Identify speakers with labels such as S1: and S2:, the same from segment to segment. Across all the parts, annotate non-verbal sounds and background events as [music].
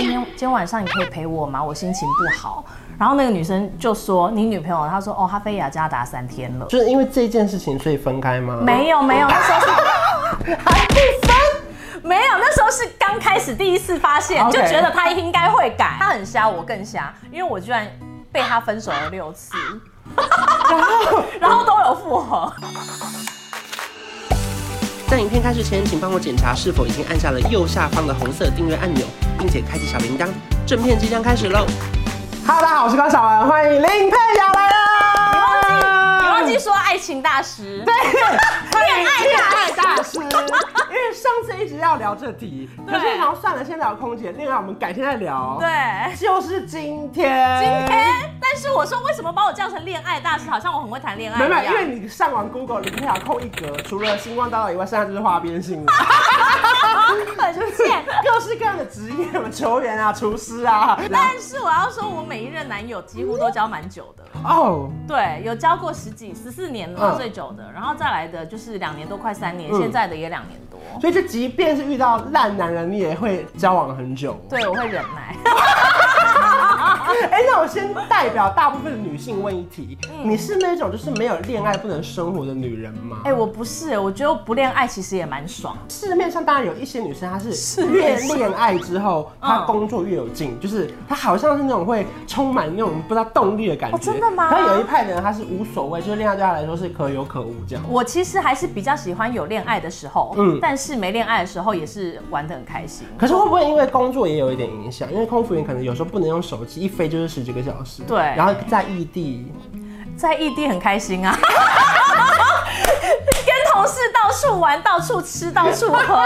S1: 天今天晚上你可以陪我吗？我心情不好。”然后那个女生就说：“你女朋友？”她说：“哦，她飞雅加达三天了。
S2: 就是因为这件事情所以分开吗？”
S1: 没有没有，那时候是还不分，没有那时候是刚开始第一次发现，就
S2: OK
S1: 觉得她应该会改。她很瞎，我更瞎，因为我居然被她分手了六次，然后都有复合。
S2: 嗯在影片开始前，请帮我检查是否已经按下了右下方的红色订阅按钮，并且开启小铃铛。正片即将开始喽！Hello，大家好，我是高小文，欢迎林佩瑶来了。
S1: 你忘记说爱情大师？对，
S2: 恋
S1: [laughs] 恋爱
S2: 爱
S1: 大
S2: 大师，因为上次一直要聊这题，可是想算了，先聊空姐恋爱，我们改天再聊。，
S1: 对。
S2: 就是今天。
S1: 今天，但是我说为什么把我叫成恋爱大师，好像我很会谈恋爱
S2: 没
S1: 一
S2: 有，
S1: 样。
S2: 因为你上完 Google 林佩瑶空一格，除了星光大道以外，剩下就是花边新闻。
S1: 很贱。
S2: 各式各样的职业，我们球员啊，厨师啊，
S1: [laughs] 但是我要说，我每一任男友几乎都交蛮久的，
S2: 哦，
S1: 对，有交过十几、十四年了，
S2: 嗯
S1: 最久的，然后再来的就是两年多，快三年，
S2: 嗯
S1: 现在的也两年多。
S2: 所以就即便是遇到烂男人，你也会交往很久。
S1: 对，我会忍耐。 [laughs]
S2: 哎、那我先代表大部分的女性问一题，
S1: 嗯
S2: 你是那种就是没有恋爱不能生活的女人吗？
S1: 哎，我不是，我觉得不恋爱其实也蛮爽。
S2: 市面上当然有一些女生，她是
S1: 市
S2: 越
S1: 面上
S2: 恋爱之后，她
S1: 嗯
S2: 工作越有劲，就是她好像是那种会充满那种不知道动力的感觉。
S1: 哦真的吗
S2: 然后有一派的人，她是无所谓，就是恋爱对她来说是可有可无这样。
S1: 我其实还是比较喜欢有恋爱的时候，
S2: 嗯
S1: 嗯，但是没恋爱的时候也是玩得很开心。
S2: 可是会不会因为工作也有一点影响？因为空服员可能有时候不能用手机，一飞就是十几个小时。
S1: 对
S2: 然后在异地，
S1: 在异地很开心啊， [laughs] 跟同事到处玩、到处吃、到处喝，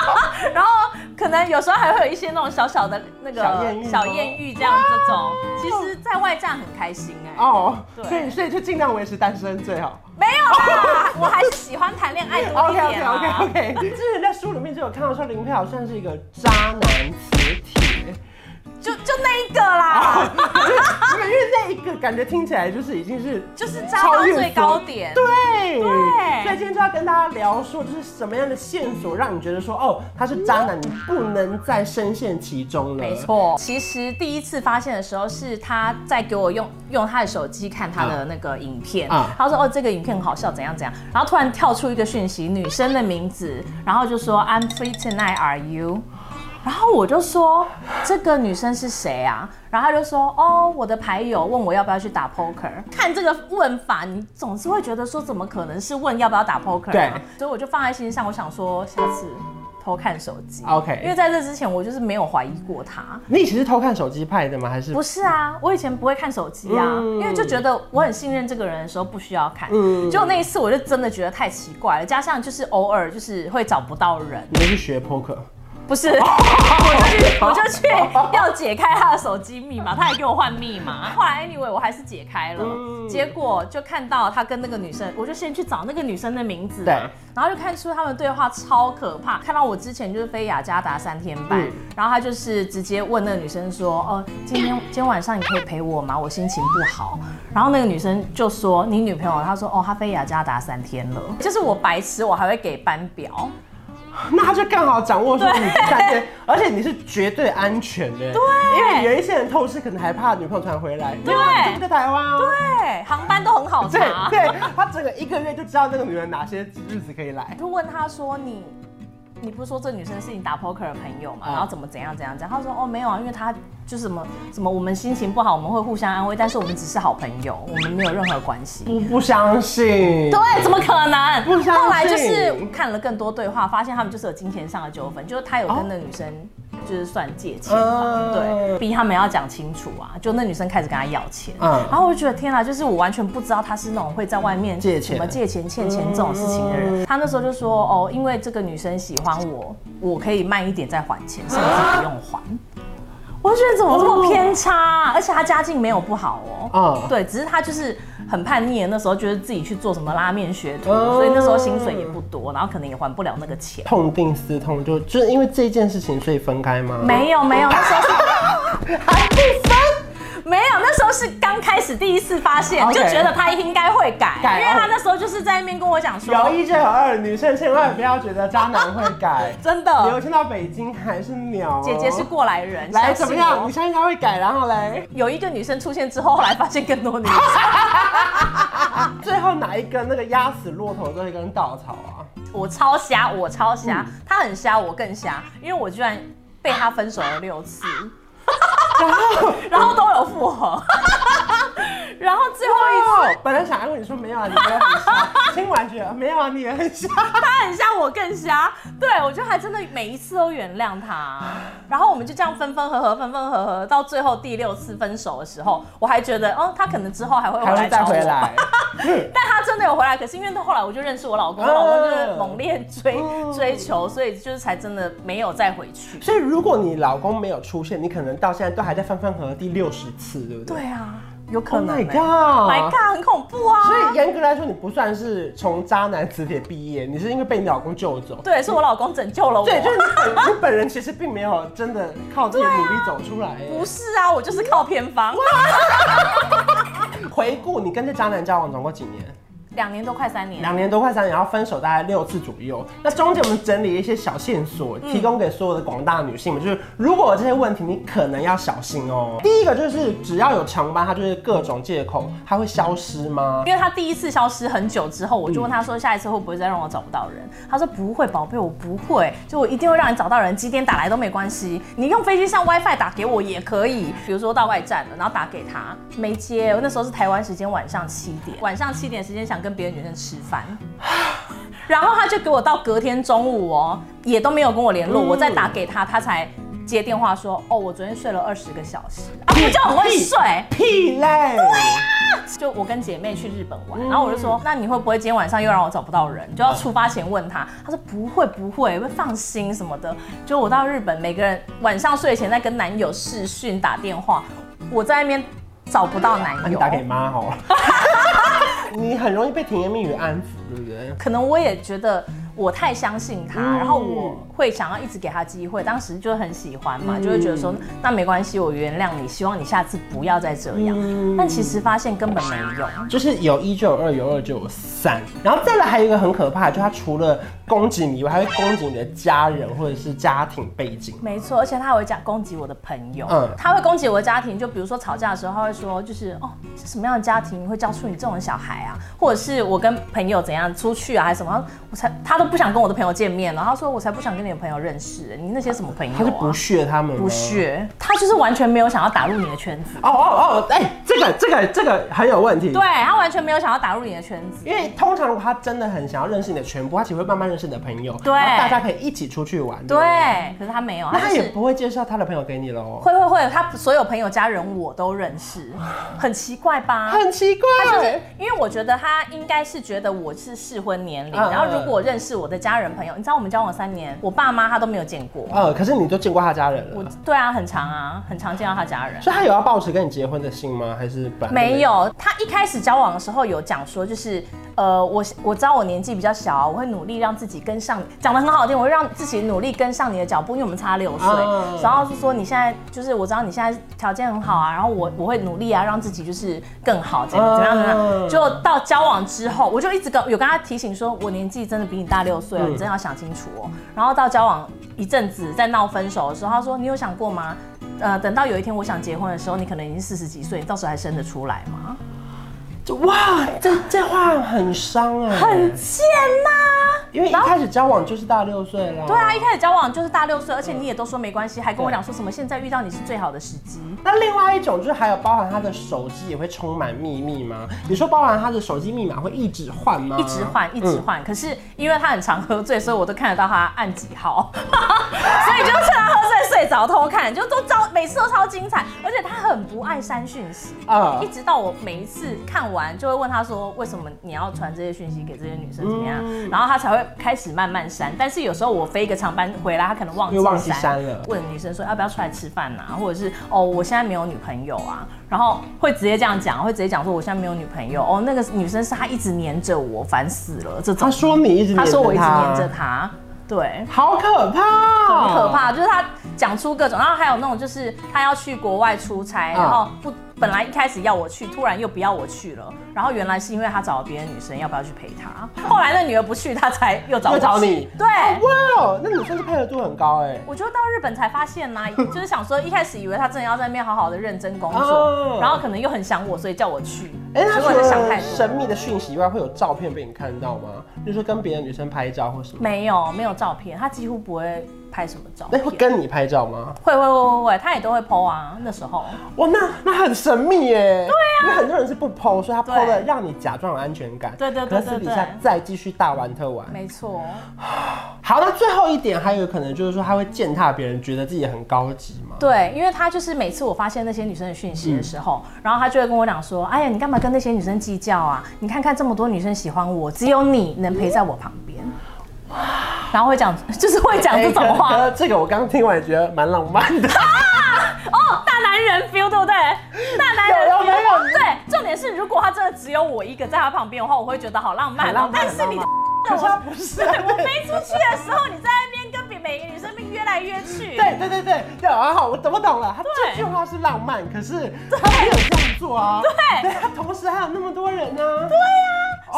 S1: [laughs] 然后可能有时候还会有一些那种小小的那个
S2: 小艳遇吗
S1: 小艳遇这样这种。其实，在外站很开心哎、
S2: 哦，
S1: 对
S2: 所以所以就尽量维持单身最好。
S1: 没有啦，我还是喜欢谈恋爱多一
S2: OK
S1: 点
S2: [laughs] OK
S1: 啊。
S2: OK OK。之前在书里面就有看到说林佩好像是一个渣男磁铁，
S1: 就就那一个啦，
S2: 因为因为那一个感觉听起来就是已经是
S1: 就是渣到最高点。
S2: 对
S1: 对
S2: 所以今天就要跟大家聊说，就是什么样的线索让你觉得说哦他是渣男，你不能再深陷其中了。
S1: 没。错，其实第一次发现的时候是他在给我用用他的手机看他的那个影片，
S2: 啊
S1: 他说哦这个影片很好笑，怎样怎样，然后突然跳出一个讯息，女生的名字，然后就说 I'm free tonight, are you？然后我就说这个女生是谁啊？然后他就说哦，我的牌友问我要不要去打 poker。看这个问法，你总是会觉得说怎么可能是问要不要打 poker？、啊
S2: 对，
S1: 所以我就放在心上，我想说下次偷看手机。
S2: OK
S1: 因为在这之前我就是没有怀疑过他。
S2: 你以前是偷看手机派的吗？还是
S1: 不是啊，我以前不会看手机啊，
S2: 嗯
S1: 因为就觉得我很信任这个人的时候不需要看。
S2: 嗯
S1: 结果那一次我就真的觉得太奇怪了，加上就是偶尔就是会找不到人，
S2: 你们去学 poker？
S1: 不是，哦我就去
S2: 哦
S1: [laughs] 我就去
S2: [laughs]
S1: 要解开他的手机密码，他还给我换密码。后来 anyway 我还是解开了，
S2: 嗯
S1: 结果就看到他跟那个女生，我就先去找那个女生的名字嘛，
S2: 对
S1: 然后就看出他们对话超可怕。看到我之前就是飞雅加达三天半，
S2: 嗯
S1: 然后他就是直接问那个女生说，哦，今天今天晚上你可以陪我吗？我心情不好。然后那个女生就说，你女朋友？她说，哦，她飞雅加达三天了。就是我白痴，我还会给班表。
S2: 那他就更好掌握说你在这，而且你是绝对安全的。对，因为有一些人偷吃，可能还怕女朋友突然回来，
S1: 对
S2: 就不在台湾哦。
S1: 对，航班都很好
S2: 对
S1: 查。
S2: 对，他整个一个月就知道那个女人哪些日子可以来。
S1: 就问他说你。你不是说这女生是你打 poker 的朋友嘛？
S2: 嗯
S1: 然后怎么怎样怎样怎样？他说哦没有啊，因为他就是什么什么，我们心情不好，我们会互相安慰，但是我们只是好朋友，我们没有任何关系。
S2: 不不相信。
S1: 对，怎么可能？
S2: 不相信
S1: 后来就是看了更多对话，发现他们就是有金钱上的纠纷，就是他有
S2: 哦
S1: 跟那女生就是算借钱
S2: 嗯
S1: 嘛，对，逼他们要讲清楚啊。就那女生开始跟他要钱，
S2: 嗯
S1: 然后我就觉得天啊，就是我完全不知道他是那种会在外面
S2: 借钱嗯
S1: 什么借钱、欠钱这种事情的人。他那时候就说哦，因为这个女生喜欢我，我可以慢一点再还钱，甚至不用还。我就觉得怎么这
S2: 哦
S1: 么偏差啊、而且他家境没有不好哦。
S2: 嗯
S1: 对，只是他就是很叛逆，那时候觉得自己去做什么拉面学徒，
S2: 哦
S1: 所以那时候薪水也不多，然后可能也还不了那个钱。
S2: 痛定思痛，就就是因为这件事情所以分开吗？
S1: [laughs] 没有没有，那时候是还不分，没有那时候都是刚开始第一次发现，
S2: 哦 OK
S1: 就觉得他应该会改，
S2: 改
S1: 因为他
S2: 哦
S1: 那时候就是在那边跟我讲说，。
S2: 有一就有二，女生千万不要觉得渣男会改 [laughs]
S1: 真
S2: 你有
S1: 的，
S2: 听到北京还是鸟哦、
S1: 姐姐是过来人，
S2: 来
S1: 相信
S2: 怎么样？
S1: 我
S2: 你相信他会改，然后嘞，
S1: 有一个女生出现之后，后来发现更多女生，
S2: 最后哪一根那个压死骆驼的那根稻草啊？
S1: 我超瞎，我超瞎，他很瞎，我更瞎，因为我居然被他分手了六次，然后都有复合， [laughs] 然后最后一次。
S2: 哦，本来想安慰你说没有啊，你没有很瞎，听完觉得没有啊，你也很瞎。
S1: 他很像我更瞎，对我觉得还真的每一次都原谅他，然后我们就这样分分合合，分分合合，到最后第六次分手的时候，我还觉得，哦，他可能之 [laughs] 后还会回
S2: 还
S1: 来
S2: 会
S1: 找
S2: 再
S1: 我
S2: 回来， [laughs]
S1: 但他真的有回来，可是因为到后来我就认识我老公，我
S2: 嗯
S1: 老公就是猛烈追、
S2: 嗯
S1: 追求，所以就是才真的没有再回去。
S2: 所以如果你老公没有出现，你可能到现在都还在分分合合第六十次，对不对？
S1: 对啊，有可
S2: Oh
S1: 能、欸。
S2: my god！
S1: My God，很恐怖啊！
S2: 所以严格来说，你不算是从渣男磁铁毕业，你是因为被你老公救走。
S1: 对，是我老公拯救了我。
S2: 对，就是你本你本人其实并没有真的靠自己的努力走出来。
S1: 不是啊，我就是靠偏方。
S2: 回顾你跟这渣男交往总共几年？
S1: 两年多快三年，
S2: 两年多快三年，然后分手大概六次左右。那中间我们整理一些小线索，提供给所有的广大女性们，就是如果有这些问题，你可能要小心哦。第一个就是只要有长班，他就是各种借口，他会消失吗？
S1: 因为他第一次消失很久之后，我就问他说下一次会不会再让我找不到人？他说不会，宝贝，我不会，就我一定会让你找到人，几点打来都没关系，你用飞机上 WiFi 打给我也可以。比如说到外站了，然后打给他没接，我那时候是台湾时间晚上七点，晚上七点时间想跟别的女生吃饭。然后他就给我到隔天中午哦，也都没有跟我联络，我再打给他，他才接电话说，哦，我昨天睡了二十个小时啊，我就很会睡，
S2: 屁嘞！
S1: 就我跟姐妹去日本
S2: 嗯
S1: 玩，然后我就说，那你会不会今天晚上又让我找不到人？就要出发前问他，他说不会不会，会放心什么的。就我到日本，每个人晚上睡前在跟男友视讯打电话，我在那边找不到
S2: 那
S1: 男
S2: 啊你
S1: 友，
S2: 打给妈好了。 [laughs] 你很容易被甜言蜜语安抚，对不对？
S1: 可能我也觉得我太相信他，
S2: 嗯
S1: 然后我会想要一直给他机会。当时就很喜欢
S2: 嗯
S1: 嘛，就会觉得说那没关系，我原谅你，希望你下次不要再这样。
S2: 嗯
S1: 但其实发现根本没有。
S2: 就是有一就有二，有二就有三，然后再来还有一个很可怕的，就他除了攻击你以外，还会攻击你的家人或者是家庭背景。
S1: 没错，而且他还会讲攻击我的朋友，
S2: 嗯
S1: 他会攻击我的家庭，就比如说吵架的时候，他会说就是哦，是什么样的家庭会教出你这种小孩啊？或者是我跟朋友怎样出去啊，还是什么？我才他都不想跟我的朋友见面了，他说我才不想跟你的朋友认识，你那些什么朋友
S2: 他是
S1: 啊
S2: 不？屑他们吗，
S1: 不屑，他就是完全没有想要打入你的圈子，
S2: 哦哦哦，哎、这个这个这个很有问题。
S1: 对，他完全没有想要打入你的圈子，
S2: 因为通常如果他真的很想要认识你的全部，他其实会慢慢认识你的朋友，
S1: 对
S2: 然后大家可以一起出去玩。不
S1: 对，可是他没有，
S2: 那
S1: 就
S2: 他
S1: 是
S2: 也不会介绍他的朋友给你喽，
S1: 会会会，他所有朋友家人我都认识，很奇怪吧？
S2: 很奇怪。
S1: 啊他就是因为我觉得他应该是觉得我是适婚年龄，
S2: 嗯
S1: 然后如果我认识我的家人朋友，你知道我们交往三年，我爸妈他都没有见过。
S2: 呃，可是你都见过他家人
S1: 我
S2: 了，
S1: 对啊，很长啊，很常见到他家人。
S2: 所以他有要抱持跟你结婚的心吗？还是本来就
S1: 没？有，他一开始交往的时候有讲说，就是呃，我我知道我年纪比较小啊，我会努力让自己跟上，讲的很好听，我会让自己努力跟上你的脚步，因为我们差六岁。
S2: 嗯
S1: 然后是说你现在就是我知道你现在条件很好啊，然后我我会努力啊，让自己就是更好，怎样怎样怎
S2: 嗯
S1: 样。就到交往之后，我就一直跟有跟他提醒说，我年纪真的比你大六岁了，
S2: 嗯
S1: 你真的要想清楚哦。然后到交往一阵子，在闹分手的时候，他说你有想过吗？呃，等到有一天我想结婚的时候，你可能已经四十几岁，你到时候还生得出来吗？
S2: 就哇，这这话很伤哎、
S1: 很贱呐、
S2: 因为一开始交往就是大六岁啦。
S1: 对啊，一开始交往就是大六岁，而且你也都说没关系，还跟我讲说什么现在遇到你是最好的时机。
S2: 那另外一种就是还有包含他的手机也会充满秘密吗？你说包含他的手机密码会一直换吗？
S1: 一直换，一直换。可是因为他很常喝醉，所以我都看得到他按几号， [laughs] 所以就趁他喝醉睡着偷看，就都超每次都超精彩。而且他很不爱删讯息，
S2: 啊
S1: 一直到我每一次看完，就会问他说为什么你要传这些讯息给这些女生怎么样，
S2: 嗯
S1: 然后他才会开始慢慢删。但是有时候我飞一个长班回来，他可能忘记
S2: 又忘记删了
S1: 问女生说要不要出来吃饭呐、或者是哦我现在没有女朋友啊，然后会直接这样讲，会直接讲说我现在没有女朋友哦，那个女生是她一直黏着我，烦死了这种
S2: 他。说你一直黏着
S1: 他说我一直黏着她，对。
S2: 好可怕，
S1: 很可。怕，就是他讲出各种，然后还有那种就是他要去国外出差，
S2: 嗯
S1: 然后不本来一开始要我去，突然又不要我去了，然后原来是因为他找了别的女生，要不要去陪他？后来那女的不去，他才又找我
S2: 又找
S1: 去
S2: 你
S1: 对，
S2: 哇哦，那女生是配合度很高哎、
S1: 我就到日本才发现
S2: [laughs]
S1: 呐、就是想说一开始以为他真的要在那边好好的认真工
S2: 哦
S1: 作，然后可能又很想我，所以叫我去。
S2: 哎、那
S1: 结
S2: 除
S1: 果就想太
S2: 了
S1: 多
S2: 神。秘的讯息以外，会有照片被你看到吗？就是说跟别的女生拍照或什么？
S1: 没有，没有照片，他几乎不会拍什么照
S2: 那
S1: 片。
S2: 会跟你拍照吗？
S1: 会会会会会，他也都会 PO 啊。那时候，
S2: 哇，那那很神秘耶。对啊，因为很多人是不剖，所以他
S1: 对
S2: 剖了让你假装有安全感。
S1: 对对对
S2: 可是私
S1: 对
S2: 底
S1: 对
S2: 下再继续大玩特玩。
S1: 没错，
S2: 好，那最后一点还有可能就是说他会践踏别人，觉得自己很高级嘛。
S1: 对，因为他就是每次我发现那些女生的讯息的时候，然后他就会跟我讲说：“哎呀，你干嘛跟那些女生计较啊？你看看这么多女生喜欢我，只有你能陪在我旁边。”然后会讲，就是会讲这种话。
S2: 哎可可这个我刚听完也觉得蛮浪漫的。
S1: 哦，大男人 feel 对不对？大男人
S2: 有有
S1: feel
S2: 没有
S1: 对，重点是如果他真的只有我一个在他旁边的话，我会觉得好浪漫
S2: 很
S1: 哦
S2: 浪。漫
S1: 但是你
S2: 很浪漫
S1: 的
S2: 可是他不是
S1: 对我飞出去的时候，你在那边跟别每个女生被约来约去。
S2: 对对对对，对，啊好，我懂我懂了。他
S1: 对
S2: 这句话是浪漫，可是他没有这样做啊。
S1: 对
S2: 他同时还有那么多人呢、啊。
S1: 所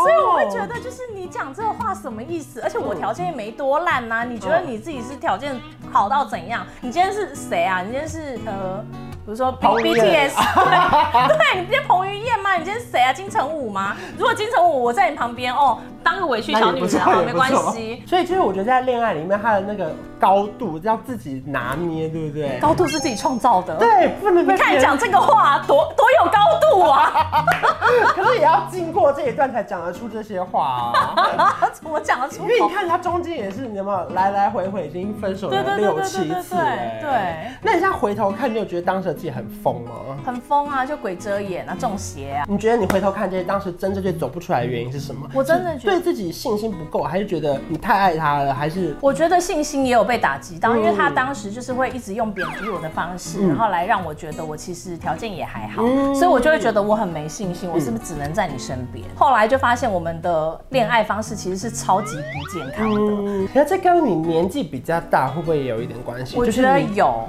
S1: 以我会
S2: 哦嗯
S1: 觉得，就是你讲这个话什么意思？而且我条件也没多烂呐、你觉得你自己是条件好到怎样？你今天是谁啊？你今天是呃，比如说 B
S2: 彭于
S1: B T
S2: 晏
S1: S，对， [laughs] 对你今天彭于晏吗？你今天谁啊？金城武吗？如果金城武我在你旁边哦，当个委屈
S2: 那
S1: 小
S2: 也
S1: 女
S2: 不
S1: 人
S2: 错
S1: 好，
S2: 也
S1: 没
S2: 不
S1: 关
S2: 错
S1: 系。
S2: 所以就是我觉得在恋爱里面，他的那个高度要自己拿捏，对不对？
S1: 高度是自己创造的。
S2: 对，不能被
S1: 你
S2: 别
S1: 看
S2: 人
S1: 讲这个话多多有高度啊！ [laughs]
S2: 可是也要经过这一段才讲得出这些话
S1: [laughs]
S2: 啊。
S1: 怎么讲得出
S2: 因为你
S1: 口？
S2: 看他中间也是，你有没有来来回回已经分手
S1: 对
S2: 了
S1: 对对对
S2: 六
S1: 对
S2: 七
S1: 对
S2: 次
S1: 对
S2: 哎
S1: 对
S2: 那你现在回头看，你有觉得当时自己很疯吗？
S1: 很疯啊，就鬼遮眼啊，中邪啊。
S2: 你觉得你回头看这些当时真正最走不出来的原因是什么？
S1: 我真的
S2: 是
S1: 觉得
S2: 对自己信心不够，还是觉得你太爱他了，还是
S1: 我觉得信心也有被打击到，
S2: 嗯
S1: 因为他当时就是会一直用贬低我的方式，然后来让我觉得我其实条件也还好，
S2: 嗯
S1: 所以我就会觉得我很没信心，我是不是只能在你身边？后来就发现我们的恋爱方式其实是超级不健康的，
S2: 嗯？那这跟你年纪比较大，会不会也有一点关系？
S1: 我
S2: 就是
S1: 觉得
S2: 你
S1: 有。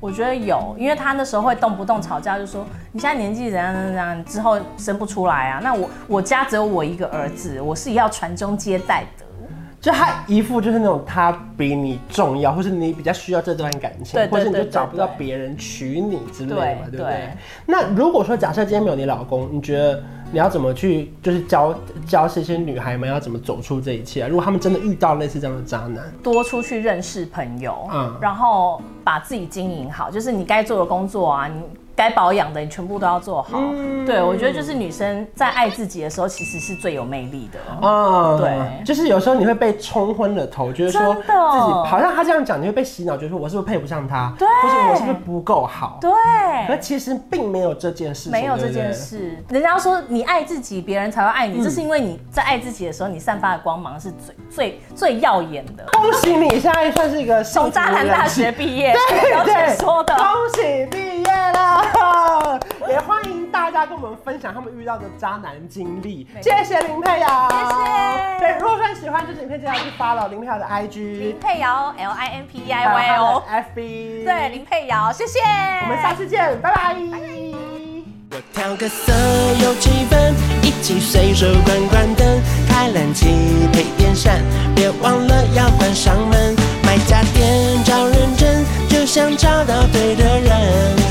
S1: 我觉得有，因为他那时候会动不动吵架，就说你现在年纪怎样怎样怎样，之后生不出来啊。那我我家只有我一个儿子，我是要传宗接代的。
S2: 就他一副就是那种他比你重要，或是你比较需要这段感情，
S1: 对对
S2: 或是你就
S1: 对对
S2: 找不到
S1: 对
S2: 别人娶你之类的嘛，
S1: 对
S2: 对不对
S1: 对？
S2: 那如果说假设今天没有你老公，你觉得你要怎么去就是教教这些女孩们要怎么走出这一切、啊？如果她们真的遇到类似这样的渣男，
S1: 多出去认识朋友，
S2: 嗯
S1: 然后把自己经营好，就是你该做的工作啊，你该保养的，你全部都要做好。
S2: 嗯
S1: 对，我觉得就是女生在爱自己的时候，其实是最有魅力的。
S2: 啊、
S1: 哦对
S2: 就是有时候你会被冲昏了头，觉得说自
S1: 真
S2: 己
S1: 的哦
S2: 好像他这样讲，你会被洗脑，觉得说我是不是配不上他，
S1: 对
S2: 或是我是不是不够好？
S1: 对，
S2: 可其实并没有这件事情，
S1: 没有
S2: 对
S1: 这
S2: 不对嗯
S1: 件。事。人家说你爱自己，别人才会爱你，这是因为你在爱自己的时候，你散发的光芒是最最最耀眼的。
S2: 恭喜你，现在算是一个幸
S1: 从
S2: 福
S1: 渣男
S2: 人
S1: 大
S2: 妻
S1: 学毕业，
S2: 对
S1: 小姐
S2: 对，
S1: 说的。
S2: 恭喜毕业了，也欢迎大家跟我们分享他们遇到的渣男经历。
S1: 没
S2: 谢
S1: 错
S2: 谢林佩瑶，
S1: 谢谢
S2: 对，如果说你喜欢这支影片，记得要去 follow 林佩瑶的 IG，
S1: 林佩瑶，L I N P E I
S2: 还
S1: Y
S2: 有
S1: O，
S2: 她的 FB。
S1: 对，，林佩瑶，谢谢。
S2: 我们下次见，拜拜。
S3: 我调个色有气氛，一起随手关关灯，开冷气配电扇，别忘了要关上门。买家电找认真，就像找到对的人。